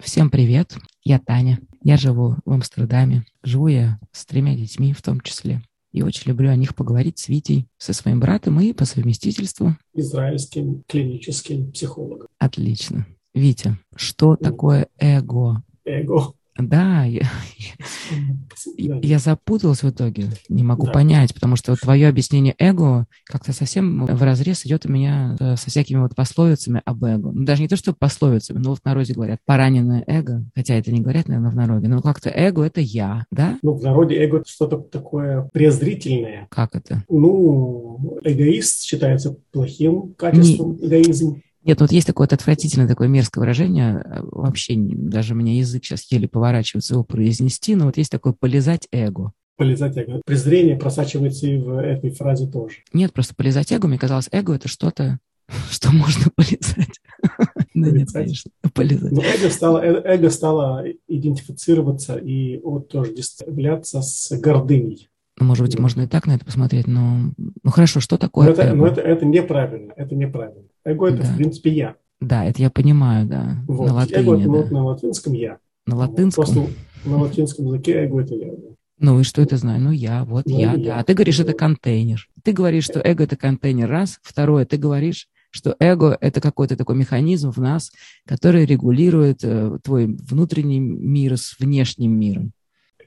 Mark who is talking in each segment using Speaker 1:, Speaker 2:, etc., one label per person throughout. Speaker 1: Всем привет, я Таня. Я живу в Амстердаме. Живу я с тремя детьми в том числе. И очень люблю о них поговорить с Витей, со своим братом и по совместительству.
Speaker 2: израильским клиническим психологом.
Speaker 1: Отлично. Витя, что такое эго?
Speaker 2: Эго.
Speaker 1: Да, я,
Speaker 2: Да.
Speaker 1: я запуталась в итоге, не могу
Speaker 2: Да.
Speaker 1: понять, потому что твое объяснение эго как-то совсем в разрез идет у меня э, со всякими вот пословицами об эго. Ну, даже не то, что пословицами, но вот в народе говорят «пораненное эго», хотя это не говорят, наверное, в народе, но как-то эго — это я, да?
Speaker 2: Ну, в народе эго это что-то такое презрительное.
Speaker 1: Как это?
Speaker 2: Ну, эгоист считается плохим качеством, эгоизм.
Speaker 1: Нет, ну вот есть такое вот отвратительное такое мерзкое выражение, э, вообще не- даже у меня язык сейчас еле поворачивается его произнести, но вот есть такое «полизать эго».
Speaker 2: Полезать эго. Презрение просачивается и в этой фразе тоже.
Speaker 1: Нет, просто полизать эго, мне казалось, эго это что-то, что можно полизать. Ну нет,
Speaker 2: Полизать?
Speaker 1: конечно, полизать.
Speaker 2: Но эго стало, э- эго стало идентифицироваться и вот, тоже дистилляться с гордыней.
Speaker 1: Ну, Может быть,
Speaker 2: Да.
Speaker 1: можно и так на это посмотреть, но... Ну хорошо, что
Speaker 2: Но
Speaker 1: такое
Speaker 2: это,
Speaker 1: эго?
Speaker 2: но это, это неправильно. Это неправильно. Эго это,
Speaker 1: Да.
Speaker 2: в принципе, я.
Speaker 1: Да, это я понимаю, да,
Speaker 2: Вот.
Speaker 1: на
Speaker 2: эго это
Speaker 1: латыни,
Speaker 2: вот
Speaker 1: да.
Speaker 2: на латинском я.
Speaker 1: На
Speaker 2: Вот.
Speaker 1: латынском.
Speaker 2: Просто на латинском языке эго это я.
Speaker 1: Ну и что это знаю? Ну я, вот
Speaker 2: Ну,
Speaker 1: я,
Speaker 2: я.
Speaker 1: да. А ты говоришь, это
Speaker 2: Да.
Speaker 1: контейнер. Ты говоришь, что эго это контейнер, раз. Второе, ты говоришь, что эго это какой-то такой механизм в нас, который регулирует э, твой внутренний мир с внешним миром.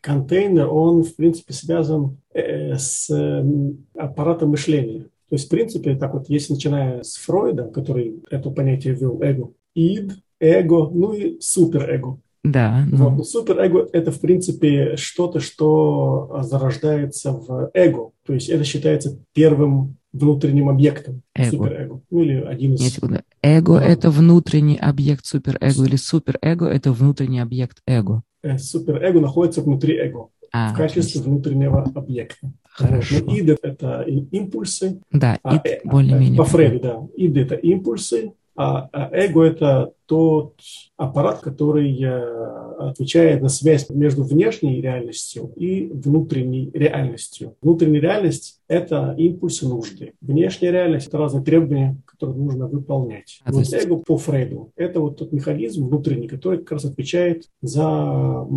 Speaker 2: контейнер, он, в принципе, связан э, с м, аппаратом мышления. То есть, в принципе, так вот, если начиная с Фройда, который это понятие ввел, эго, ид, эго, ну и суперэго.
Speaker 1: Да,
Speaker 2: Вот.
Speaker 1: ну,
Speaker 2: Но суперэго – это, в принципе, что-то, что а, зарождается в эго. То есть это считается первым внутренним объектом
Speaker 1: Эго.
Speaker 2: суперэго. Ну или один из...
Speaker 1: Нет, секунду. Эго
Speaker 2: Да.
Speaker 1: это внутренний объект суперэго или суперэго это внутренний объект эго.
Speaker 2: Э, Суперэго находится внутри эго
Speaker 1: А,
Speaker 2: в качестве внутреннего объекта.
Speaker 1: Хорошо.
Speaker 2: Вот. Ну, ид – это и- импульсы,
Speaker 1: Да,
Speaker 2: А,
Speaker 1: и
Speaker 2: э,
Speaker 1: более-менее.
Speaker 2: По Фрейду, да. Иды – это импульсы, а, а эго – это тот аппарат, который э, отвечает на связь между внешней реальностью и внутренней реальностью. Внутренняя реальность – это импульсы нужды. Внешняя реальность – это разные требования, которые нужно выполнять.
Speaker 1: А, то
Speaker 2: вот
Speaker 1: есть-
Speaker 2: эго по Фрейду – это вот тот механизм внутренний, который как раз отвечает за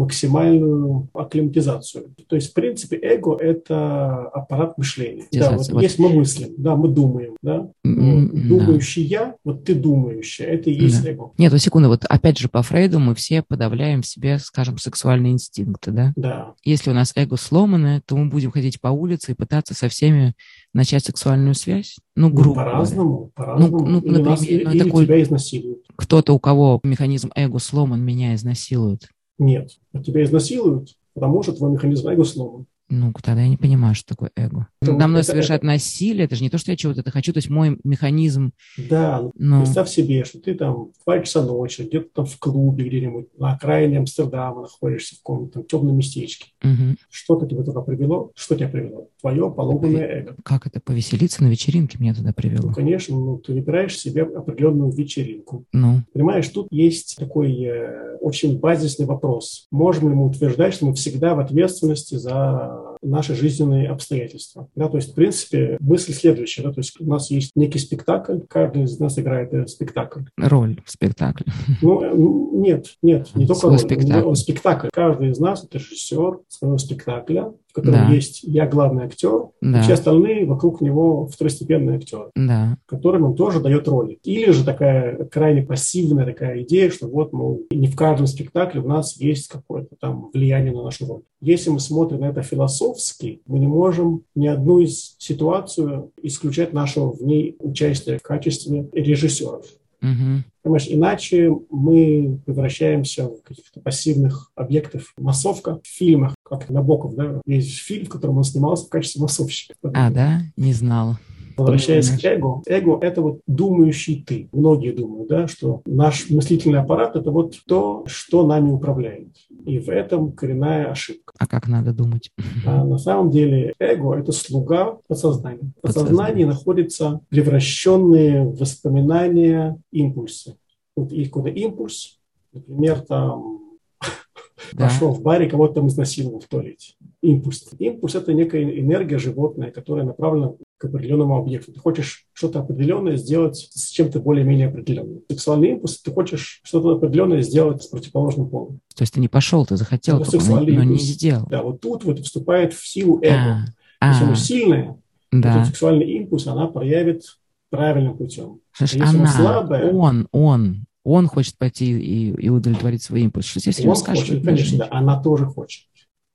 Speaker 2: максимальную акклиматизацию. То есть, в принципе, эго – это аппарат мышления. Да, вот
Speaker 1: Акклиматизация, вот.
Speaker 2: есть мы мыслим, да, мы думаем, да,
Speaker 1: М,
Speaker 2: вот.
Speaker 1: м, да.
Speaker 2: Думающий я, вот ты думающий, а это и есть
Speaker 1: Да.
Speaker 2: эго.
Speaker 1: Нет, вот секунду, вот опять же по Фрейду мы все подавляем в себе, скажем, сексуальные инстинкты, да?
Speaker 2: Да,
Speaker 1: Если у нас эго сломанное, то мы будем ходить по улице и пытаться со всеми начать сексуальную связь, ну,
Speaker 2: Ну,
Speaker 1: грубо говоря.
Speaker 2: по-разному, по-разному.
Speaker 1: ну,
Speaker 2: Или нас-
Speaker 1: например, ну,
Speaker 2: или
Speaker 1: такой-
Speaker 2: тебя изнасилуют.
Speaker 1: Кто-то, у кого механизм эго сломан, меня изнасилует.
Speaker 2: Нет, вот тебя изнасилуют, потому что твой механизм эго сломан.
Speaker 1: Ну, тогда я не понимаю, что такое эго.
Speaker 2: Ну,
Speaker 1: Надо мной
Speaker 2: это
Speaker 1: совершают насилие, это же не то, что я чего-то хочу, то есть мой механизм,
Speaker 2: Да, ну,
Speaker 1: ну,
Speaker 2: представь себе, что ты там в 2 часа ночи, где-то там в клубе где-нибудь, на окраине Амстердама находишься в каком-то там темном местечке.
Speaker 1: мгм.
Speaker 2: Что-то тебя туда привело? Что тебя привело? Твое поломанное эго.
Speaker 1: как это, повеселиться на вечеринке меня туда
Speaker 2: Ну,
Speaker 1: привело.
Speaker 2: конечно, ну, ты выбираешь себе определенную вечеринку.
Speaker 1: Ну,
Speaker 2: Понимаешь, тут есть такой э, очень базисный вопрос. Можем ли мы утверждать, что мы всегда в ответственности за наши жизненные обстоятельства? Да, то есть, в принципе, мысль следующая. Да, то есть, у нас есть некий спектакль, каждый из нас играет этот спектакль.
Speaker 1: роль в спектакле.
Speaker 2: Ну, э, м, нет, нет, не только
Speaker 1: Свой
Speaker 2: роль,
Speaker 1: спектакль.
Speaker 2: он спектакль. Каждый из нас – это режиссер своего спектакля, в котором
Speaker 1: Да.
Speaker 2: есть я главный актер, и
Speaker 1: Да,
Speaker 2: все остальные вокруг него второстепенные актеры
Speaker 1: да.
Speaker 2: которым он тоже дает роли. Или же такая крайне пассивная такая идея, что вот, мол, не в каждом спектакле у нас есть какое-то там влияние на нашу роль. Если мы смотрим на это философски, мы не можем ни одну из ситуацию исключать нашего в ней участия в качестве режиссеров.
Speaker 1: Мгм.
Speaker 2: Понимаешь, иначе мы превращаемся в каких-то пассивных объектов. Массовка в фильмах, как Набоков, да, есть фильм, в котором он снимался в качестве массовщика.
Speaker 1: А, да? Не знала.
Speaker 2: Возвращаясь к эго, эго – это вот думающий ты. Многие думают, да, что наш мыслительный аппарат – это вот то, что нами управляет. И в этом коренная ошибка.
Speaker 1: А как надо думать?
Speaker 2: А на самом деле эго – это слуга подсознания. В подсознании
Speaker 1: Подсознание.
Speaker 2: находятся превращенные в воспоминания импульсы. Вот есть какой-то импульс, например, там
Speaker 1: Да.
Speaker 2: пошел в баре, кого-то там изнасиловал в туалете. Импульс. Импульс – это некая энергия животное, которая направлена к определенному объекту. Ты хочешь что-то определенное сделать с чем-то более-менее определенным. Сексуальный импульс, ты хочешь что-то определенное сделать с противоположным полом.
Speaker 1: То есть ты не пошел, ты захотел,
Speaker 2: Ну,
Speaker 1: только, но,
Speaker 2: сексуальный
Speaker 1: но не
Speaker 2: импульс.
Speaker 1: сделал.
Speaker 2: Да, вот тут вот вступает в силу эго.
Speaker 1: А,
Speaker 2: Э, Если
Speaker 1: а,
Speaker 2: оно сильное, то
Speaker 1: да.
Speaker 2: сексуальный импульс она проявит правильным путем.
Speaker 1: Слышь,
Speaker 2: если
Speaker 1: она,
Speaker 2: он слабая-
Speaker 1: он, он, он хочет пойти и, и удовлетворить свой импульс. Что здесь
Speaker 2: Он
Speaker 1: скажешь?
Speaker 2: хочет, конечно, да, она тоже хочет.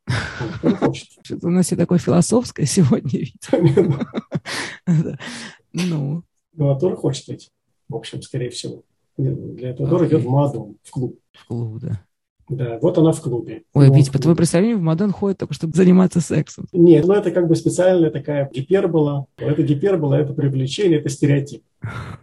Speaker 2: Она тоже хочет.
Speaker 1: Что-то у нас все такое философское сегодня, Витя. Да. Ну,
Speaker 2: Ну, она тоже хочет идти. В общем, скорее всего. Для этого тоже
Speaker 1: Окей.
Speaker 2: идет в Мадон, в клуб.
Speaker 1: в клуб, да.
Speaker 2: Да, вот она в клубе.
Speaker 1: Ой,
Speaker 2: Он
Speaker 1: Витя,
Speaker 2: Ну, в
Speaker 1: по
Speaker 2: клубе.
Speaker 1: твоему представлению, в Мадон ходит только, чтобы заниматься сексом.
Speaker 2: Нет, ну это как бы специальная такая гипербола. Это гипербола, это привлечение, это стереотип.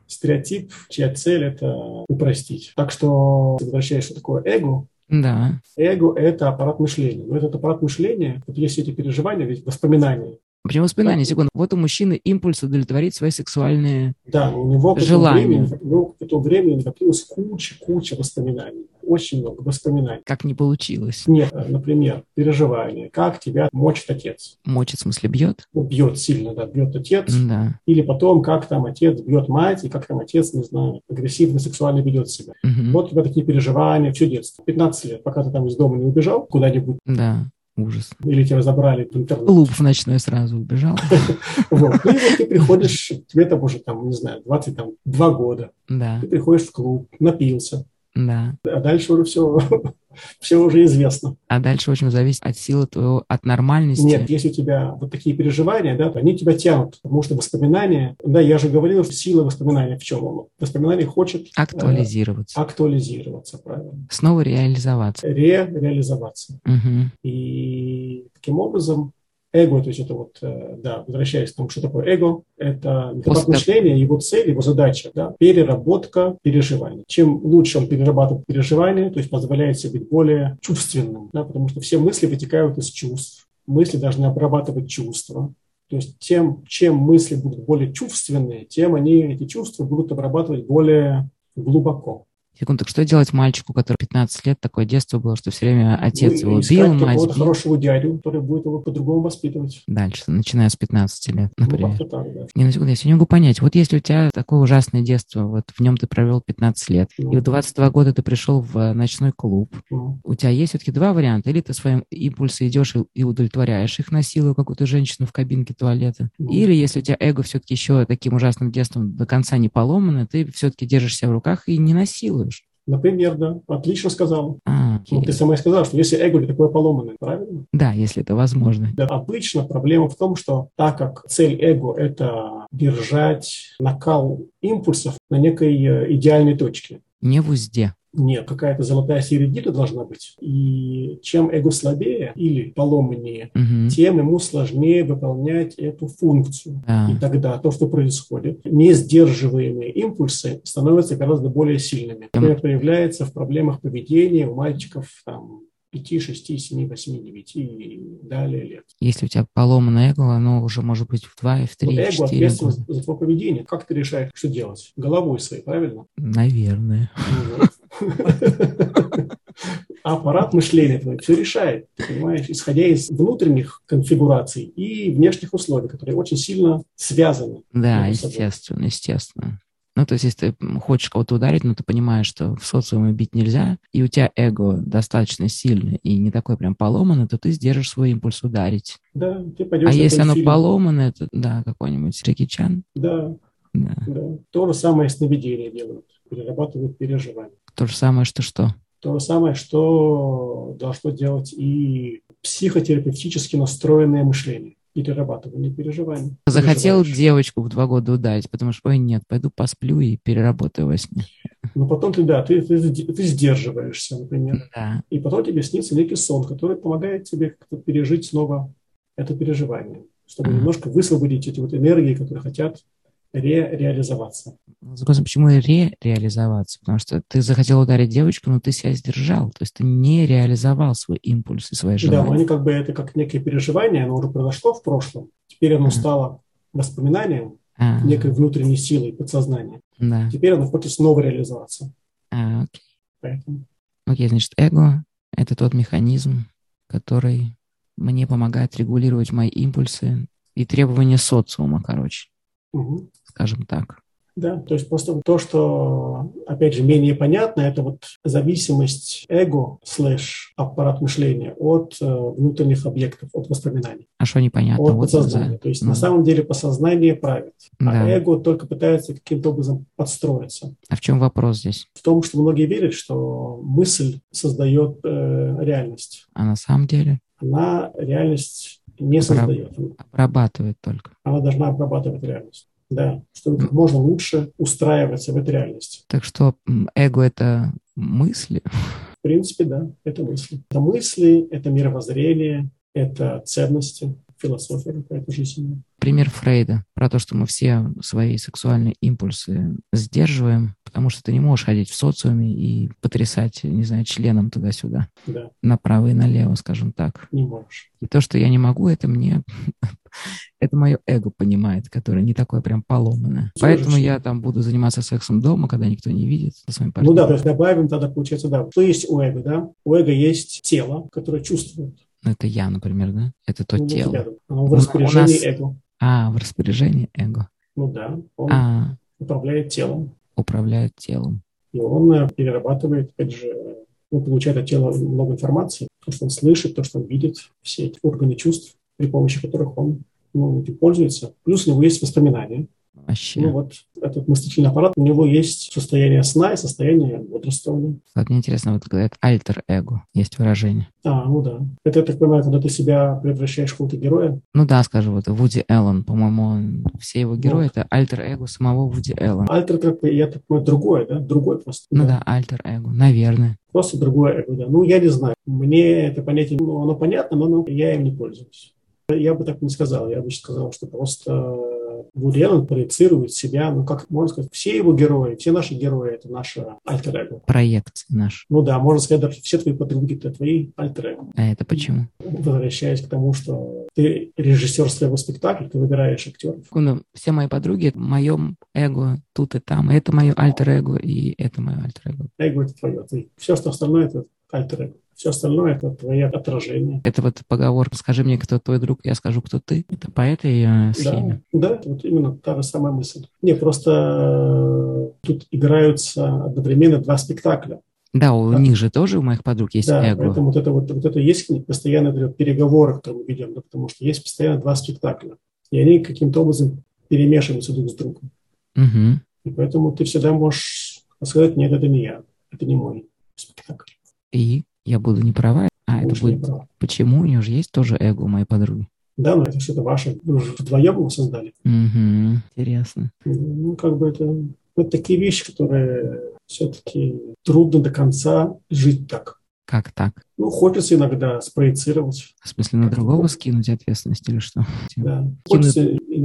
Speaker 2: Стереотип, чья цель – это упростить. Так что, возвращаясь, что такое эго,
Speaker 1: Да.
Speaker 2: эго – это аппарат мышления. Но этот аппарат мышления, вот есть эти переживания, ведь воспоминания.
Speaker 1: Почему воспоминание? Секунду. Вот у мужчины импульс удовлетворить свои сексуальные...
Speaker 2: Да, у него к этому
Speaker 1: Желание.
Speaker 2: времени, у него к этому времени накопилось куча-куча воспоминаний. Очень много воспоминаний.
Speaker 1: Как не получилось.
Speaker 2: Нет, например, переживания, как тебя мочит отец.
Speaker 1: Мочит, в смысле, бьет?
Speaker 2: Ну, бьет сильно, да, бьет отец.
Speaker 1: Да.
Speaker 2: Или потом, как там отец бьет мать, и как там отец, не знаю, агрессивно, сексуально ведет себя. Вот у тебя такие переживания все детство. 15 лет, пока ты там из дома не убежал куда-нибудь,
Speaker 1: Да. Ужас.
Speaker 2: или тебя забрали в интернет.
Speaker 1: Клуб в ночной сразу убежал.
Speaker 2: Вот. Ну, и вот ты приходишь, тебе там уже, там, не знаю, 22 года.
Speaker 1: Да,
Speaker 2: Ты приходишь в клуб, напился.
Speaker 1: да.
Speaker 2: А дальше уже все, все уже известно.
Speaker 1: А дальше очень зависит от силы твоего, от нормальности.
Speaker 2: Нет, если у тебя вот такие переживания, да, то они тебя тянут, потому что воспоминания, да, я же говорил, что сила воспоминания в чем оно? Воспоминание хочет э,
Speaker 1: Актуализироваться.
Speaker 2: актуализироваться, правильно,
Speaker 1: Снова реализоваться.
Speaker 2: ре-реализоваться.
Speaker 1: Мгм.
Speaker 2: И таким образом эго, то есть это вот, э, да, возвращаясь к тому, что такое эго, это метод
Speaker 1: того-
Speaker 2: мышления, его цель, его задача, да, переработка переживаний. Чем лучше он перерабатывает переживания, то есть позволяет себе быть более чувственным, да, потому что все мысли вытекают из чувств, мысли должны обрабатывать чувства. То есть тем, чем мысли будут более чувственные, тем они эти чувства будут обрабатывать более глубоко.
Speaker 1: Секунду, так что делать мальчику, который 15 лет, такое детство было, что все время отец
Speaker 2: Ну,
Speaker 1: его
Speaker 2: и искать
Speaker 1: бил, мать
Speaker 2: какого-то
Speaker 1: бил?
Speaker 2: хорошего дядю, который будет его по-другому воспитывать.
Speaker 1: Дальше, начиная с 15 лет,
Speaker 2: Ну,
Speaker 1: например.
Speaker 2: как-то так, да.
Speaker 1: Не, на секунду, я сегодня не могу понять. Вот если у тебя такое ужасное детство, вот в нем ты провел 15 лет, и в 22 года ты пришел в э, ночной клуб,
Speaker 2: Ну.
Speaker 1: у тебя есть все-таки два варианта. Или ты своим импульсом идешь и- и удовлетворяешь их, насилуя какую-то женщину в кабинке туалета.
Speaker 2: Мгм.
Speaker 1: Или если у тебя эго все-таки еще таким ужасным детством до конца не поломано, ты все-таки держишься в руках и не насилуешь.
Speaker 2: Например, да. Отлично сказал.
Speaker 1: А, окей.
Speaker 2: Ну, ты сама и сказала, что если эго такое поломанное, правильно?
Speaker 1: Да, если это возможно.
Speaker 2: Да, обычно проблема в том, что так как цель эго – это держать накал импульсов на некой э, идеальной точке.
Speaker 1: Не в узде.
Speaker 2: Нет, какая-то золотая середина должна быть. И чем эго слабее или поломаннее,
Speaker 1: Мгм.
Speaker 2: тем ему сложнее выполнять эту функцию.
Speaker 1: Да.
Speaker 2: И тогда то, что происходит, несдерживаемые импульсы становятся гораздо более сильными. Это проявляется в проблемах поведения у мальчиков там, 5, 6, 7, 8, 9 и далее лет.
Speaker 1: Если у тебя поломано эго, оно уже может быть в два, и в
Speaker 2: Вот
Speaker 1: три, и в
Speaker 2: эго
Speaker 1: четыре
Speaker 2: ответственно
Speaker 1: года.
Speaker 2: за за твое поведение. Как ты решаешь, что делать? Головой своей, правильно?
Speaker 1: Наверное.
Speaker 2: Ну вот. Аппарат мышления твой все решает, ты понимаешь, исходя из внутренних конфигураций и внешних условий, которые очень сильно связаны.
Speaker 1: Да,
Speaker 2: между собой.
Speaker 1: естественно, естественно. Ну, то есть, если ты м, хочешь кого-то ударить, но ты понимаешь, что в социуме бить нельзя, и у тебя эго достаточно сильное и не такое прям поломанное, то ты сдержишь свой импульс ударить.
Speaker 2: Да, ты пойдешь
Speaker 1: а
Speaker 2: на
Speaker 1: если
Speaker 2: какой-нибудь
Speaker 1: оно
Speaker 2: фильм.
Speaker 1: поломанное, то, да, какой-нибудь Джеки Чан,
Speaker 2: Да,
Speaker 1: да.
Speaker 2: Да. То же самое сновидение делают, перерабатывают переживания.
Speaker 1: То же самое, что что?
Speaker 2: То же самое, что должно делать и психотерапевтически настроенное мышление, перерабатывание переживаний.
Speaker 1: Захотел
Speaker 2: Переживаешь.
Speaker 1: девочку в два года ударить, потому что, ой, нет, пойду посплю и переработаю во сне.
Speaker 2: Но Ну, потом ты, да, ты, ты, ты сдерживаешься, например.
Speaker 1: Да.
Speaker 2: И потом тебе снится некий сон, который помогает тебе как-то пережить снова это переживание, чтобы
Speaker 1: Ага.
Speaker 2: немножко высвободить эти вот энергии, которые хотят ре- реализоваться.
Speaker 1: Вопрос, почему ре-реализоваться? Потому что ты захотел ударить девочку, но ты себя сдержал. То есть ты не реализовал свой импульс и свои
Speaker 2: Да, но
Speaker 1: желания.
Speaker 2: они как бы это как некое переживание, оно уже произошло в прошлом. Теперь оно
Speaker 1: Ага.
Speaker 2: стало воспоминанием,
Speaker 1: А,
Speaker 2: некой внутренней силой подсознания.
Speaker 1: да.
Speaker 2: Теперь оно хочет снова реализоваться.
Speaker 1: А, окей.
Speaker 2: Поэтому
Speaker 1: Окей, значит, эго — это тот механизм, который мне помогает регулировать мои импульсы и требования социума, короче,
Speaker 2: Мгм.
Speaker 1: скажем так.
Speaker 2: Да, то есть просто то, что, опять же, менее понятно, это вот зависимость эго слэш аппарат мышления от э, внутренних объектов, от воспоминаний,
Speaker 1: А что непонятно?
Speaker 2: от
Speaker 1: вот
Speaker 2: подсознания.
Speaker 1: за-
Speaker 2: То есть
Speaker 1: ну,
Speaker 2: на самом деле подсознание правит, а
Speaker 1: Да.
Speaker 2: эго только пытается каким-то образом подстроиться.
Speaker 1: А в чем вопрос здесь?
Speaker 2: В том, что многие верят, что мысль создает э, реальность.
Speaker 1: А на самом деле
Speaker 2: Она реальность не
Speaker 1: Прав-
Speaker 2: создает.
Speaker 1: обрабатывает только.
Speaker 2: Она должна обрабатывать реальность. Да, чтобы как можно лучше устраиваться в этой реальности.
Speaker 1: Так что м, эго — это мысли,
Speaker 2: В принципе, да, это мысли. Это мысли, это мировоззрение, это ценности, философия какая-то жизненная.
Speaker 1: пример Фрейда про то, что мы все свои сексуальные импульсы сдерживаем, потому что ты не можешь ходить в социуме и потрясать, не знаю, членом туда-сюда,
Speaker 2: Да,
Speaker 1: направо и налево, скажем так.
Speaker 2: не можешь.
Speaker 1: И то, что я не могу, это мне... Это мое эго понимает, которое не такое прям поломанное.
Speaker 2: Слушай,
Speaker 1: Поэтому
Speaker 2: что-
Speaker 1: я там буду заниматься сексом дома, когда никто не видит со своим
Speaker 2: Ну
Speaker 1: партнером.
Speaker 2: да, то есть добавим тогда, получается, да. Что есть у эго, да? У эго есть тело, которое чувствует.
Speaker 1: Ну, Это я, например, да? Это то
Speaker 2: Ну, не
Speaker 1: тело.
Speaker 2: тебя, да. Оно
Speaker 1: У-
Speaker 2: в
Speaker 1: у
Speaker 2: распоряжении
Speaker 1: нас-
Speaker 2: эго.
Speaker 1: А, в распоряжении эго.
Speaker 2: Ну да, он
Speaker 1: А,
Speaker 2: управляет телом.
Speaker 1: управляет телом.
Speaker 2: И он э, перерабатывает, опять же, э, ну, получает от тела много информации, то, что он слышит, то, что он видит, все эти органы чувств, при помощи которых он ну, этим пользуется. Плюс у него есть воспоминания.
Speaker 1: Вообще.
Speaker 2: Ну вот этот мыслительный аппарат, у него есть состояние сна и состояние бодрствования.
Speaker 1: Вот мне интересно, вот говорят альтер-эго, есть выражение.
Speaker 2: А, ну да. Это, я так понимаю, когда ты себя превращаешь в какого-то героя.
Speaker 1: Ну да, скажу, вот Вуди Эллен, по-моему, он- все его герои
Speaker 2: Вот.
Speaker 1: это альтер-эго самого Вуди Эллена.
Speaker 2: Альтер, как бы, я так понимаю, другое, да? Другой просто.
Speaker 1: Ну
Speaker 2: да.
Speaker 1: да, альтер-эго, наверное.
Speaker 2: Просто другое эго, да. Ну, я не знаю. Мне это понятие, ну, оно понятно, но оно- я им не пользуюсь. Я бы так не сказал. Я бы сказал, что просто Вуди Аллен проецирует себя, ну, как можно сказать, все его герои, все наши герои – это наше альтер-эго.
Speaker 1: Проект наш.
Speaker 2: Ну да, можно сказать, даже все твои подруги – это твои альтер-эго.
Speaker 1: А это почему?
Speaker 2: Возвращаясь к тому, что ты режиссер своего спектакля, ты выбираешь актеров.
Speaker 1: Ну, все мои подруги, это моем эго тут и там. Это мое альтер-эго, и это мое альтер-эго.
Speaker 2: Эго – а это твое. Ты. Все, что остальное – это альтер-эго. Все остальное – это твои отражения.
Speaker 1: Это вот поговорка «Скажи мне, кто твой друг, я скажу, кто ты». Это по этой э, схеме.
Speaker 2: Да, да, вот именно та же самая мысль. Не, просто э, тут играются одновременно два спектакля.
Speaker 1: Да, у
Speaker 2: Да.
Speaker 1: них же тоже, у моих подруг, есть
Speaker 2: да,
Speaker 1: эго.
Speaker 2: поэтому вот это вот, вот это есть постоянно переговоры, переговоры, которые мы ведем, да, потому что есть постоянно два спектакля, и они каким-то образом перемешиваются друг с другом.
Speaker 1: Мгм.
Speaker 2: И поэтому ты всегда можешь сказать, нет, это не я, это не мой спектакль.
Speaker 1: И я буду не права, а
Speaker 2: Будешь
Speaker 1: это будет...
Speaker 2: не права.
Speaker 1: Почему? У нее же есть тоже эго у моей подруги.
Speaker 2: Да, но это что-то ваше. Вы же вдвоем его создали.
Speaker 1: Мгм. Интересно.
Speaker 2: Ну, как бы это... Вот такие вещи, которые все-таки трудно до конца жить так.
Speaker 1: Как так?
Speaker 2: Ну, хочется иногда спроецировать,
Speaker 1: В смысле, на другого скинуть ответственность или что?
Speaker 2: да. Хочется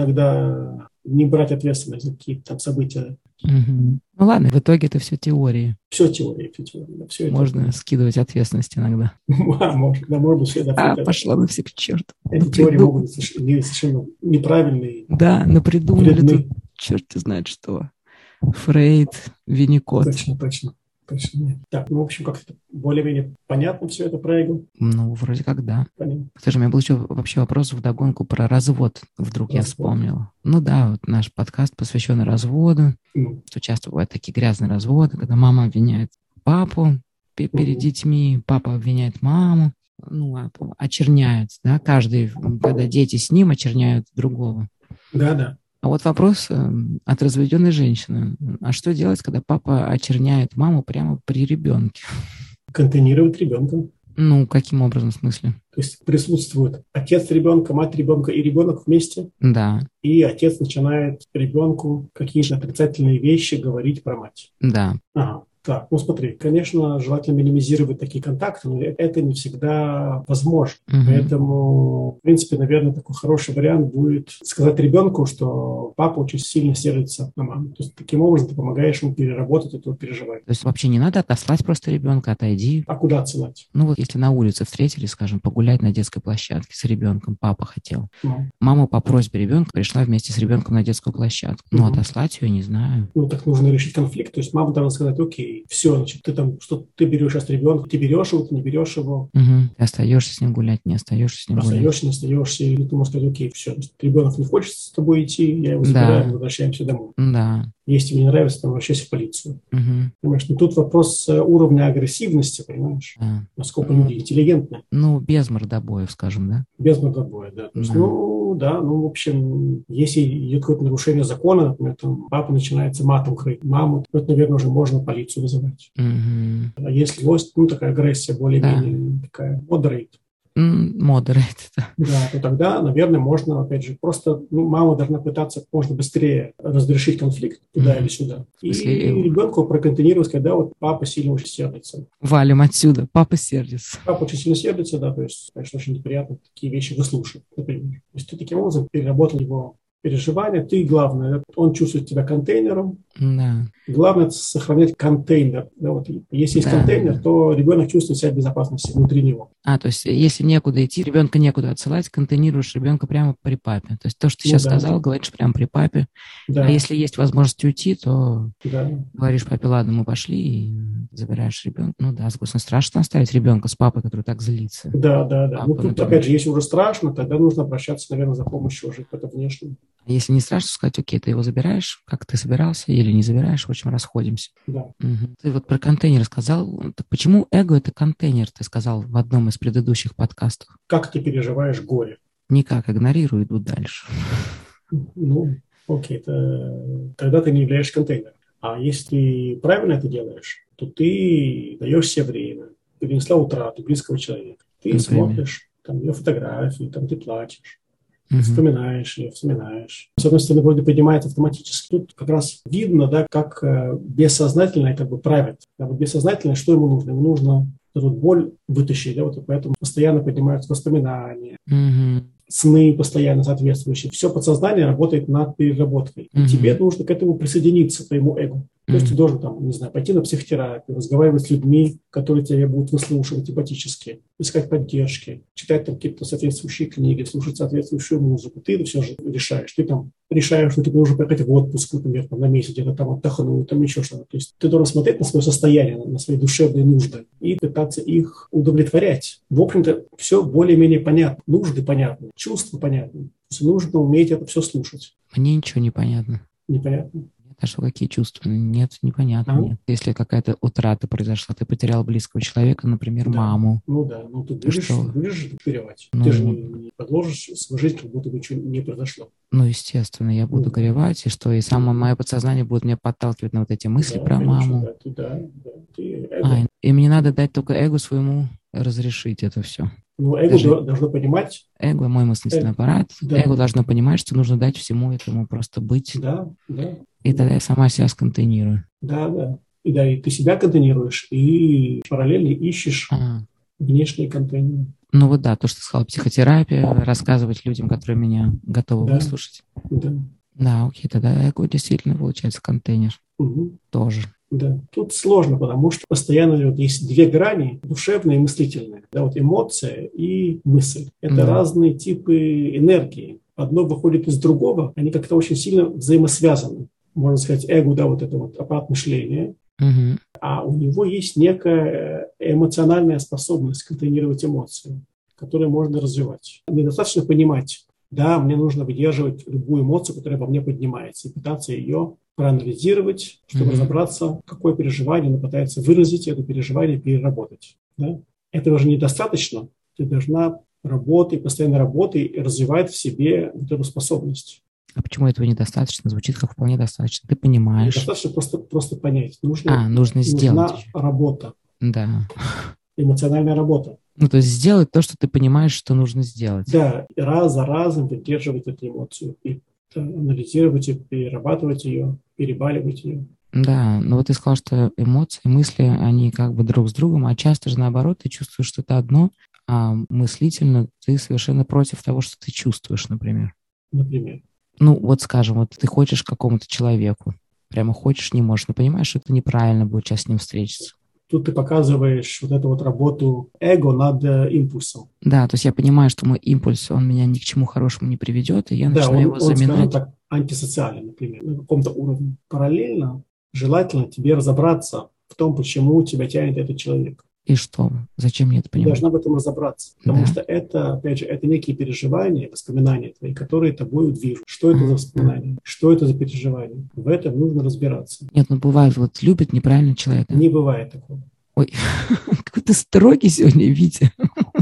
Speaker 2: иногда не брать ответственность за какие-то там события.
Speaker 1: Мгм. Ну ладно, в итоге это все теории.
Speaker 2: Все теория, все теория. да, всё это.
Speaker 1: Можно скидывать ответственность иногда.
Speaker 2: А, Можно. Да, можно все это.
Speaker 1: А,
Speaker 2: это-
Speaker 1: пошла на все к черту.
Speaker 2: Эти
Speaker 1: Ну,
Speaker 2: теории
Speaker 1: приду-
Speaker 2: могут быть соверш- не- совершенно неправильные,
Speaker 1: Да, напридумывали
Speaker 2: вредны.
Speaker 1: тут черт знает что. Фрейд, Винникот.
Speaker 2: Точно, точно. Точно нет. Так, ну, в общем, как-то более-менее понятно все это про эго.
Speaker 1: Ну, вроде как да.
Speaker 2: Понятно.
Speaker 1: Слушай, у меня был еще вообще вопрос вдогонку про развод. Вдруг я
Speaker 2: Развод.
Speaker 1: вспомнила. Ну да, вот наш подкаст посвящен разводу.
Speaker 2: Ну,
Speaker 1: что часто бывают такие грязные разводы, когда мама обвиняет папу пе- перед
Speaker 2: Мгм.
Speaker 1: детьми, папа обвиняет маму, ну, а- очерняют, да, каждый, м, когда дети с ним очерняют другого.
Speaker 2: да, да.
Speaker 1: А вот вопрос эм, от разведенной женщины. А что делать, когда папа очерняет маму прямо при ребенке?
Speaker 2: Контейнировать ребенка.
Speaker 1: Ну, каким образом, в смысле?
Speaker 2: То есть присутствует отец ребенка, мать ребенка и ребенок вместе.
Speaker 1: Да,
Speaker 2: И отец начинает ребенку какие-то отрицательные вещи говорить про мать.
Speaker 1: да.
Speaker 2: Ага. Так, ну смотри, конечно, желательно минимизировать такие контакты, но это не всегда возможно.
Speaker 1: Мгм.
Speaker 2: Поэтому, в принципе, наверное, такой хороший вариант будет сказать ребенку, что папа очень сильно сердится на маму. То есть таким образом ты помогаешь ему переработать это переживание.
Speaker 1: То есть вообще не надо отослать просто ребенка, отойди,
Speaker 2: А куда отсылать?
Speaker 1: Ну вот если на улице встретили, скажем, погулять на детской площадке с ребенком, папа хотел.
Speaker 2: Ну.
Speaker 1: Мама по просьбе ребенка пришла вместе с ребенком на детскую площадку. Ну,
Speaker 2: Мгм.
Speaker 1: отослать ее, не знаю.
Speaker 2: Ну, так нужно решить конфликт. То есть мама должна сказать, окей, и все, значит, ты там, что ты берешь от ребенка, ты берешь его, ты не берешь его,
Speaker 1: Мгм. Ты остаешься с ним гулять, не остаешься с ним гулять.
Speaker 2: остаешься, не остаешься, или ты можешь сказать, окей, все, ребенок не хочет с тобой идти, я его
Speaker 1: Да.
Speaker 2: забираю, мы возвращаемся домой.
Speaker 1: Да.
Speaker 2: Если тебе не нравится, там возвращайся в полицию.
Speaker 1: Мгм.
Speaker 2: Понимаешь, ну тут вопрос э, уровня агрессивности, понимаешь,
Speaker 1: Да.
Speaker 2: насколько
Speaker 1: Ну.
Speaker 2: люди интеллигентны,
Speaker 1: Ну, без мордобоев, скажем, да?
Speaker 2: без мордобоя, да. То есть,
Speaker 1: Да.
Speaker 2: ну, да, ну, в общем, если идет какое-то нарушение закона, например, там, папа начинается матом крыть маму, то это, наверное, уже можно полицию вызывать.
Speaker 1: Мгм.
Speaker 2: А если злость, ну, такая агрессия более-менее такая moderate,
Speaker 1: М, Moderate, да.
Speaker 2: Да, то тогда, наверное, можно, опять же, просто ну, мама должна пытаться как можно быстрее разрешить конфликт туда
Speaker 1: Мгм.
Speaker 2: или сюда. И
Speaker 1: смысле, э,
Speaker 2: ребенку проконтейнировать, когда вот папа сильно очень сердится.
Speaker 1: Валим отсюда. Папа сердится.
Speaker 2: Папа очень сильно сердится, да, то есть, конечно, очень неприятно такие вещи выслушать, например. То есть ты таким образом переработал его переживания. Ты, главное, он чувствует тебя контейнером.
Speaker 1: Да.
Speaker 2: Главное – сохранять контейнер. Да, вот, и если есть
Speaker 1: Да.
Speaker 2: контейнер, то ребенок чувствует себя в безопасности внутри него.
Speaker 1: А, то есть, если некуда идти, ребенка некуда отсылать, контейнируешь ребенка прямо при папе. То есть, то, что ты
Speaker 2: Ну
Speaker 1: сейчас
Speaker 2: да.
Speaker 1: сказал, говоришь прямо при папе.
Speaker 2: Да,
Speaker 1: А если есть возможность уйти, то
Speaker 2: да.
Speaker 1: говоришь папе, ладно, мы пошли, и забираешь ребенка. Ну да, согласна, страшно оставить ребенка с папой, который так злится.
Speaker 2: Да, да, да.
Speaker 1: А,
Speaker 2: ну, тут,
Speaker 1: поэтому-
Speaker 2: опять же, если уже страшно, тогда нужно обращаться, наверное, за помощью уже к то внешнему.
Speaker 1: А Если не страшно сказать, окей, ты его забираешь, как ты собирался, или не забираешь, в общем, расходимся.
Speaker 2: Да.
Speaker 1: Мгм. Ты вот про контейнер сказал. Так почему эго — это контейнер, ты сказал в одном из предыдущих подкастов?
Speaker 2: Как ты переживаешь горе?
Speaker 1: Никак игнорирую, иду дальше.
Speaker 2: Ну, окей, это- тогда ты не являешься контейнером. А если ты правильно это делаешь, то ты даешь себе время. Ты принесла утрату близкого человека. Ты
Speaker 1: Например?
Speaker 2: смотришь там ее фотографии, там ты плачешь,
Speaker 1: Мгм.
Speaker 2: вспоминаешь ее, вспоминаешь. С одной стороны, вроде поднимает автоматически. Тут как раз видно, да, как э, бессознательное как бы правит. Да, вот бессознательное, что ему нужно? Ему нужно эту вот боль вытащить, да, вот и поэтому постоянно поднимаются воспоминания,
Speaker 1: Мгм.
Speaker 2: сны постоянно соответствующие. Все подсознание работает над переработкой. И
Speaker 1: Мгм.
Speaker 2: тебе нужно к этому присоединиться, твоему эго. То есть
Speaker 1: Мгм.
Speaker 2: ты должен, там, не знаю, пойти на психотерапию, разговаривать с людьми, которые тебя будут выслушивать эмпатически, искать поддержки, читать там какие-то соответствующие книги, слушать соответствующую музыку. Ты это все же решаешь. Ты там решаешь, что ты должен поехать в отпуск, например, там, на месяц где-то там отдохнуть, там еще что-то. То есть ты должен смотреть на свое состояние, на- на свои душевные нужды и пытаться их удовлетворять. В общем-то, все более-менее понятно. Нужды понятны, чувства понятны. То есть нужно уметь это все слушать.
Speaker 1: Мне ничего не понятно.
Speaker 2: Непонятно?
Speaker 1: Нет, а что какие чувства? Нет, непонятно.
Speaker 2: Ну.
Speaker 1: Нет. Если какая-то утрата произошла, ты потерял близкого человека, например,
Speaker 2: Да.
Speaker 1: маму.
Speaker 2: Ну да, ну ты
Speaker 1: Ты
Speaker 2: будешь,
Speaker 1: что?
Speaker 2: будешь же горевать.
Speaker 1: Ну.
Speaker 2: Ты же не, не подложишь свою жизнь, как будто бы ничего не произошло.
Speaker 1: Ну, естественно, я буду
Speaker 2: Ну.
Speaker 1: горевать, и что и само мое подсознание будет меня подталкивать на вот эти мысли
Speaker 2: Да,
Speaker 1: про
Speaker 2: конечно,
Speaker 1: маму.
Speaker 2: Да, ты, да, да, ты эго.
Speaker 1: А, и- и мне надо дать только эго своему разрешить это все.
Speaker 2: Но эго
Speaker 1: даже-
Speaker 2: до- ну, должно понимать,
Speaker 1: Эго мой мыслительный
Speaker 2: Э,
Speaker 1: аппарат.
Speaker 2: да.
Speaker 1: Эго должно понимать, что нужно дать всему этому просто быть.
Speaker 2: да, да,
Speaker 1: И тогда я сама себя сконтейнирую.
Speaker 2: да, да. И да, и ты себя контейнируешь, и параллельно ищешь
Speaker 1: А,
Speaker 2: внешние контейнеры.
Speaker 1: Ну вот да, то, что ты сказал, психотерапия, рассказывать людям, которые меня готовы
Speaker 2: Да.
Speaker 1: выслушать.
Speaker 2: Да.
Speaker 1: Да, окей, тогда эго действительно получается контейнер
Speaker 2: Мгм.
Speaker 1: тоже.
Speaker 2: Да, тут сложно, потому что постоянно вот есть две грани, душевная и мыслительная. Да, вот эмоция и мысль. Это
Speaker 1: Да.
Speaker 2: разные типы энергии. Одно выходит из другого, они как-то очень сильно взаимосвязаны. Можно сказать, эго, да, вот это вот аппарат мышления,
Speaker 1: Мгм.
Speaker 2: а у него есть некая э, эмоциональная способность контейнировать эмоции, которую можно развивать. Недостаточно понимать, да, мне нужно выдерживать любую эмоцию, которая во мне поднимается, и пытаться ее проанализировать, чтобы
Speaker 1: Мгм.
Speaker 2: разобраться, какое переживание она пытается выразить, это переживание переработать. да. Этого же недостаточно. Ты должна работать, постоянно работать и развивать в себе вот эту способность.
Speaker 1: А почему этого недостаточно? Звучит как вполне достаточно. Ты понимаешь.
Speaker 2: Недостаточно просто, просто понять.
Speaker 1: А,
Speaker 2: Нужно,
Speaker 1: нужно
Speaker 2: нужна
Speaker 1: сделать.
Speaker 2: работа,
Speaker 1: Да.
Speaker 2: эмоциональная работа.
Speaker 1: Ну, то есть сделать то, что ты понимаешь, что нужно сделать.
Speaker 2: Да, и раз за разом выдерживать эту эмоцию и э, анализировать ее, перерабатывать ее, перебаливать ее.
Speaker 1: Да, но вот ты сказал, что эмоции, мысли, они как бы друг с другом, а часто же наоборот, ты чувствуешь что-то одно, а мыслительно ты совершенно против того, что ты чувствуешь, например.
Speaker 2: Например,
Speaker 1: Ну, вот скажем, вот ты хочешь к какому-то человеку, прямо хочешь, не можешь, но понимаешь, что это неправильно будет сейчас с ним встретиться.
Speaker 2: тут ты показываешь вот эту вот работу эго над э, импульсом.
Speaker 1: Да, то есть я понимаю, что мой импульс, он меня ни к чему хорошему не приведет, и я
Speaker 2: да,
Speaker 1: начинаю
Speaker 2: он,
Speaker 1: его
Speaker 2: он, скажем
Speaker 1: заминать.
Speaker 2: так, антисоциальный, например, на каком-то уровне. Параллельно желательно тебе разобраться в в том, почему тебя тянет этот человек.
Speaker 1: И что? Зачем мне это
Speaker 2: Ты
Speaker 1: понимать?
Speaker 2: должна в этом разобраться. Потому
Speaker 1: Да.
Speaker 2: что это, опять же, это некие переживания, воспоминания твои, которые тобой движут. Что это за воспоминания? Что это за переживания? В этом нужно разбираться.
Speaker 1: Нет, ну бывает, вот любит неправильно человека.
Speaker 2: Не бывает такого.
Speaker 1: Какой ты строгий сегодня, Витя.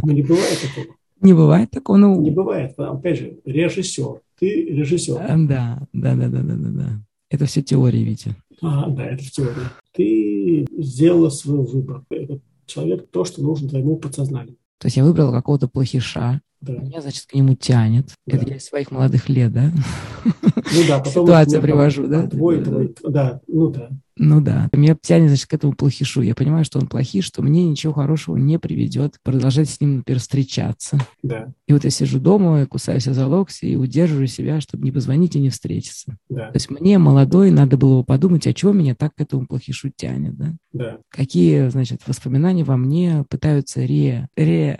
Speaker 2: Ну, не бывает такого.
Speaker 1: Не бывает такого, ну...
Speaker 2: Не бывает. Опять же, режиссер. Ты режиссер.
Speaker 1: А, Да, да, да, да, да, да, да. Это все теории, Витя.
Speaker 2: А, да, это в теории. Ты сделала свой выбор. Этот человек то, что нужно твоему подсознанию.
Speaker 1: То есть я выбрала какого-то плохиша,
Speaker 2: Да.
Speaker 1: меня, значит, к нему тянет.
Speaker 2: Да.
Speaker 1: Это я из своих молодых лет, да?
Speaker 2: Ну да, потом
Speaker 1: Ситуацию
Speaker 2: ну, там,
Speaker 1: привожу, да?
Speaker 2: Твой, твой, да, ну да.
Speaker 1: Ну да. Меня тянет, значит, к этому плохишу. Я понимаю, что он плохий, что мне ничего хорошего не приведет продолжать с ним, например, встречаться.
Speaker 2: Да,
Speaker 1: И вот я сижу дома, и кусаю себя за локти и удерживаю себя, чтобы не позвонить и не встретиться.
Speaker 2: да,
Speaker 1: То есть мне, молодой, надо было бы подумать, а чего меня так к этому плохишу тянет, да?
Speaker 2: да.
Speaker 1: Какие, значит, воспоминания во мне пытаются ре, ре,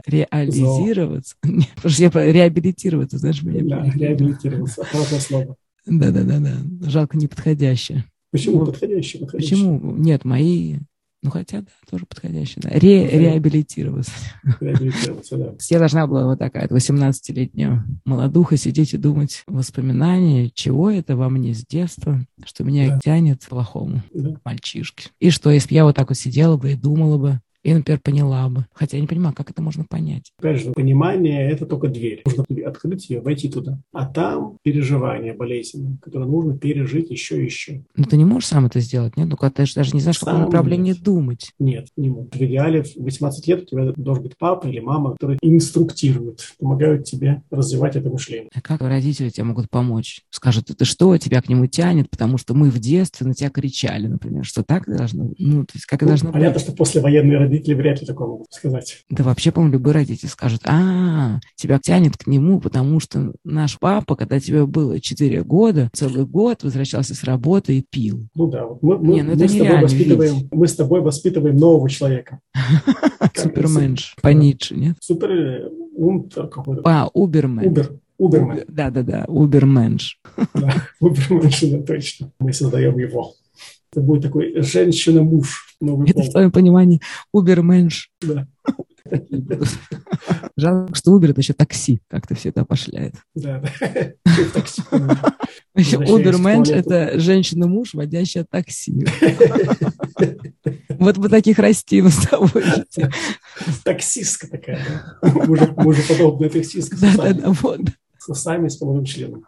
Speaker 1: реализироваться? Нет, потому что я про- реабилитироваться, знаешь, меня
Speaker 2: Да, реабилитировался. Хорошее слово.
Speaker 1: Да-да-да-да. Жалко, неподходящее.
Speaker 2: Почему
Speaker 1: Вот.
Speaker 2: подходящий? подходящий?
Speaker 1: Почему? Нет, мои... Ну, хотя, да, тоже подходящие. Да. Ре,
Speaker 2: Подходящие.
Speaker 1: реабилитироваться.
Speaker 2: Реабилитировался, да.
Speaker 1: То есть Я должна была вот такая, вот 18-летняя молодуха, сидеть и думать воспоминания, чего это во мне с детства, что меня
Speaker 2: Да.
Speaker 1: тянет к плохому.
Speaker 2: да.
Speaker 1: мальчишки. И что, если бы я вот так вот сидела бы и думала бы, и, например, поняла бы. Хотя я не понимаю, как это можно понять.
Speaker 2: Опять же, понимание – это только дверь. Нужно открыть ее, войти туда. А там переживание болезненное, которое нужно пережить еще и еще.
Speaker 1: Ну, ты не можешь сам это сделать, нет? Ну, когда ты же даже не знаешь, в каком
Speaker 2: Сам
Speaker 1: направлении
Speaker 2: нет.
Speaker 1: думать.
Speaker 2: Нет, не могут. В идеале в 18 лет у тебя должен быть папа или мама, которые инструктируют, помогают тебе развивать это мышление.
Speaker 1: А как родители тебе могут помочь? Скажут, ты что, тебя к нему тянет, потому что мы в детстве на тебя кричали, например, что так должно быть. Ну, то есть как и
Speaker 2: Ну,
Speaker 1: должно
Speaker 2: понятно,
Speaker 1: быть.
Speaker 2: что послевоенные родители вряд ли такого могут сказать.
Speaker 1: Да вообще, по-моему, любой родитель скажет, а, тебя тянет к нему, потому что наш папа, когда тебе было 4 года, целый год возвращался с работы и пил.
Speaker 2: Ну да, вот мы, мы-
Speaker 1: Не, ну это
Speaker 2: мы с тобой
Speaker 1: нереально,
Speaker 2: воспитываем, мы с тобой воспитываем нового человека. это
Speaker 1: Суперменш, по Ницше, нет?
Speaker 2: Супер э, ум какой-то.
Speaker 1: А, Убермен.
Speaker 2: Убер. Убермен.
Speaker 1: Да, да, да, Уберменш.
Speaker 2: Да, Убермен, да, точно. Мы создаем его. Это будет такой женщина-муж. Новый
Speaker 1: Это
Speaker 2: пол.
Speaker 1: в твоем понимании Уберменш.
Speaker 2: Да.
Speaker 1: Жалко, что Убер это еще такси, как-то все это опошляет.
Speaker 2: Да, да. Ты так себе.
Speaker 1: Еще
Speaker 2: Возвращаясь к
Speaker 1: Уберменш
Speaker 2: туалету.
Speaker 1: это женщина-муж, водящая такси. Вот бы таких расти мы с тобой. Витя.
Speaker 2: Таксистка такая. да. Мужик- Мужеподобная таксистка с
Speaker 1: Да, да,
Speaker 2: усами,
Speaker 1: да, вот.
Speaker 2: с усами и с половым членом.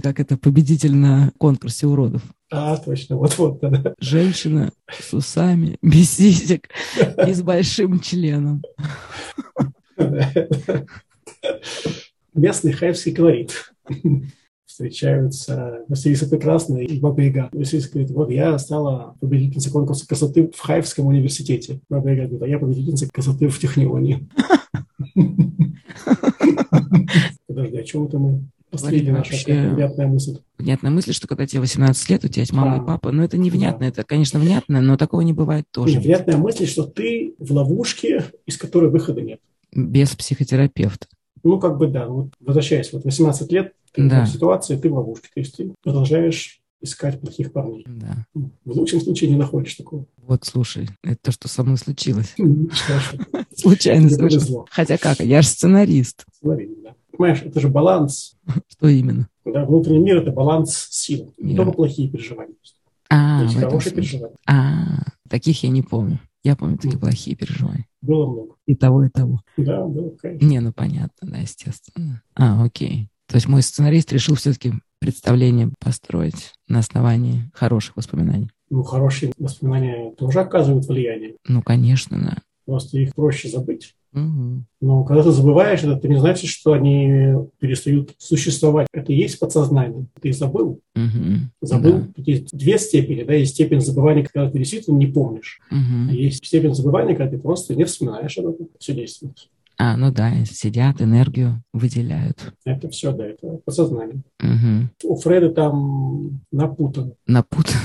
Speaker 1: Как это победитель на конкурсе уродов.
Speaker 2: А, точно, вот-вот, да, да.
Speaker 1: Женщина с усами, без сисек и с большим членом.
Speaker 2: Местный хайфский колорит. Встречаются Василиса Прекрасная и Баба Яга. Василиса говорит, вот я стала победительницей конкурса красоты в Хайфском университете. Баба Яга говорит, а я победительница красоты в Технионе. Подожди, о чем это мы? Последняя наша
Speaker 1: Вообще-
Speaker 2: такая приятная мысль.
Speaker 1: Внятная мысль, что когда тебе 18 лет, у тебя есть мама
Speaker 2: Да.
Speaker 1: и папа. Ну, это невнятно, это, конечно, внятно, но такого не бывает тоже.
Speaker 2: Приятная мысль, что ты в ловушке, из которой выхода нет.
Speaker 1: Без психотерапевта.
Speaker 2: Ну, как бы да, вот возвращаясь, вот 18 лет, ты
Speaker 1: Да.
Speaker 2: в ситуации, ты в ловушке, то есть ты продолжаешь искать плохих парней.
Speaker 1: Да.
Speaker 2: Ну, В лучшем случае не находишь такого.
Speaker 1: Вот, слушай, это то, что со мной случилось.
Speaker 2: М, Хорошо,
Speaker 1: Случайно
Speaker 2: тебе
Speaker 1: случилось.
Speaker 2: повезло.
Speaker 1: Хотя как, я же сценарист.
Speaker 2: Смотри, да. Понимаешь, это же баланс.
Speaker 1: Что именно?
Speaker 2: Да, внутренний мир – это баланс сил. Не
Speaker 1: Мира.
Speaker 2: только плохие переживания.
Speaker 1: А,
Speaker 2: есть
Speaker 1: в этом
Speaker 2: хорошие
Speaker 1: смысле.
Speaker 2: переживания.
Speaker 1: А, таких я не помню. Я помню такие плохие переживания.
Speaker 2: Было много.
Speaker 1: И того, и того.
Speaker 2: Да, было, конечно.
Speaker 1: Не, ну понятно, да, естественно. А, окей. То есть мой сценарист решил все-таки представление построить на основании хороших воспоминаний.
Speaker 2: Ну, хорошие воспоминания тоже оказывают влияние.
Speaker 1: Ну, конечно, да.
Speaker 2: Просто их проще забыть.
Speaker 1: Мгм.
Speaker 2: Но когда ты забываешь это, это не значит, что они перестают существовать. Это и есть подсознание. Ты забыл.
Speaker 1: Мгм.
Speaker 2: Забыл. Тут Есть две степени. Да? Есть степень забывания, когда ты действительно не помнишь.
Speaker 1: Да. Мгм.
Speaker 2: А есть степень забывания, когда ты просто не вспоминаешь об этом. Все действует.
Speaker 1: А, ну да, и сидят, энергию выделяют.
Speaker 2: Это все, да, это подсознание.
Speaker 1: Мгм.
Speaker 2: У Фреда там напутано.
Speaker 1: Напутано.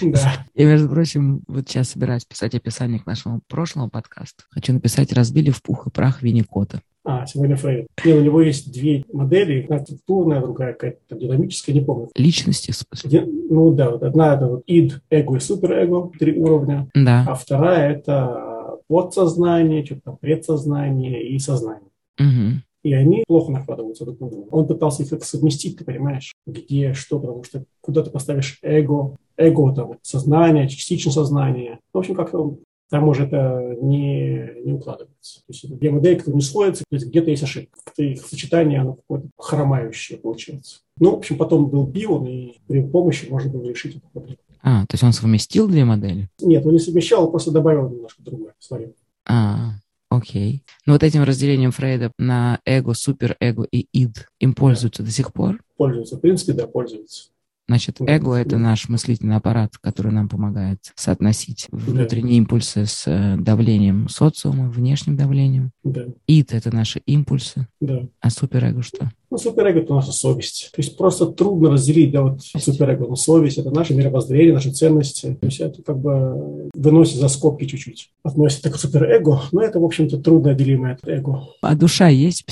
Speaker 2: Да.
Speaker 1: Я, между прочим, вот сейчас собираюсь писать описание к нашему прошлому подкасту. Хочу написать «Разбили в пух и прах Винни Кота».
Speaker 2: А, сегодня Фрейд. Нет, у него есть две модели, одна структурная, другая какая-то там динамическая, не помню.
Speaker 1: Личности, в смысле?
Speaker 2: Ди- Ну да, вот одна это вот ид, эго и суперэго, три уровня,
Speaker 1: Да.
Speaker 2: а вторая это подсознание, что-то там предсознание и сознание.
Speaker 1: Мгм.
Speaker 2: И они плохо накладываются друг на друга. Он пытался их как-то совместить, ты понимаешь, где что, потому что куда ты поставишь эго, эго там, сознание, частично сознание. В общем, как-то он- там уже это не, не укладывается. То есть это две модели, которые не сходятся, то есть где-то есть ошибка. Как-то их сочетание, оно какое-то хромающее получается. Ну, в общем, потом был Бион, и при его помощи можно было решить эту проблему.
Speaker 1: А, то есть он совместил две модели?
Speaker 2: Нет, он не совмещал, он просто добавил немножко другое. Смотри.
Speaker 1: А, окей. Ну вот этим разделением Фрейда на эго, суперэго и ид им пользуются до сих пор.
Speaker 2: Пользуется. В принципе, да, пользуется.
Speaker 1: Значит,
Speaker 2: Да.
Speaker 1: эго — это наш мыслительный аппарат, который нам помогает соотносить внутренние импульсы с э, давлением социума, внешним давлением.
Speaker 2: Да,
Speaker 1: Ид — это наши импульсы,
Speaker 2: да.
Speaker 1: а суперэго что?
Speaker 2: Ну, суперэго – это наша совесть. То есть просто трудно разделить, да, вот суперэго, ну, совесть – это наше мировоззрение, наши ценности. То есть это как бы выносит за скобки чуть-чуть. Относится к суперэго, но это, в общем-то, трудно отделимое от эго.
Speaker 1: А душа есть в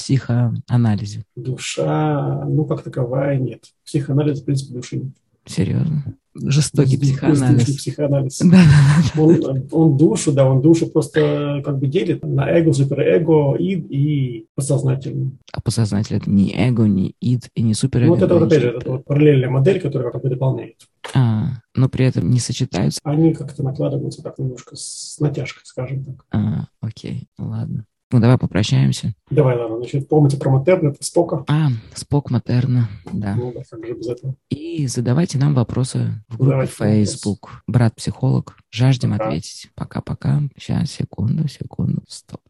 Speaker 1: психоанализе?
Speaker 2: Душа, ну, как таковая, нет. Психоанализ, в принципе, души нет.
Speaker 1: Серьезно? Жестокий
Speaker 2: Бездушный
Speaker 1: психоанализ.
Speaker 2: психоанализ.
Speaker 1: Да, да,
Speaker 2: Он, он душу, да, он душу просто как бы делит на эго, суперэго и, и подсознательно.
Speaker 1: А подсознатель — это не эго, не ид и не
Speaker 2: Ну,
Speaker 1: суперэго.
Speaker 2: вот это, вот,
Speaker 1: это
Speaker 2: опять же,
Speaker 1: нечто.
Speaker 2: это вот параллельная модель, которая как бы дополняет.
Speaker 1: А, но при этом не сочетаются.
Speaker 2: они как-то накладываются так немножко с натяжкой, скажем так.
Speaker 1: А, окей, ладно. Ну, давай попрощаемся.
Speaker 2: Давай, ладно, значит, помните про Матерна, это Спока.
Speaker 1: А, Спок Матерна, да.
Speaker 2: Ну, да, как же без этого.
Speaker 1: И задавайте нам вопросы в группе
Speaker 2: Давайте
Speaker 1: Facebook. Брат-психолог. Жаждем
Speaker 2: Пока.
Speaker 1: ответить. Пока-пока. Сейчас, секунду, секунду. Стоп.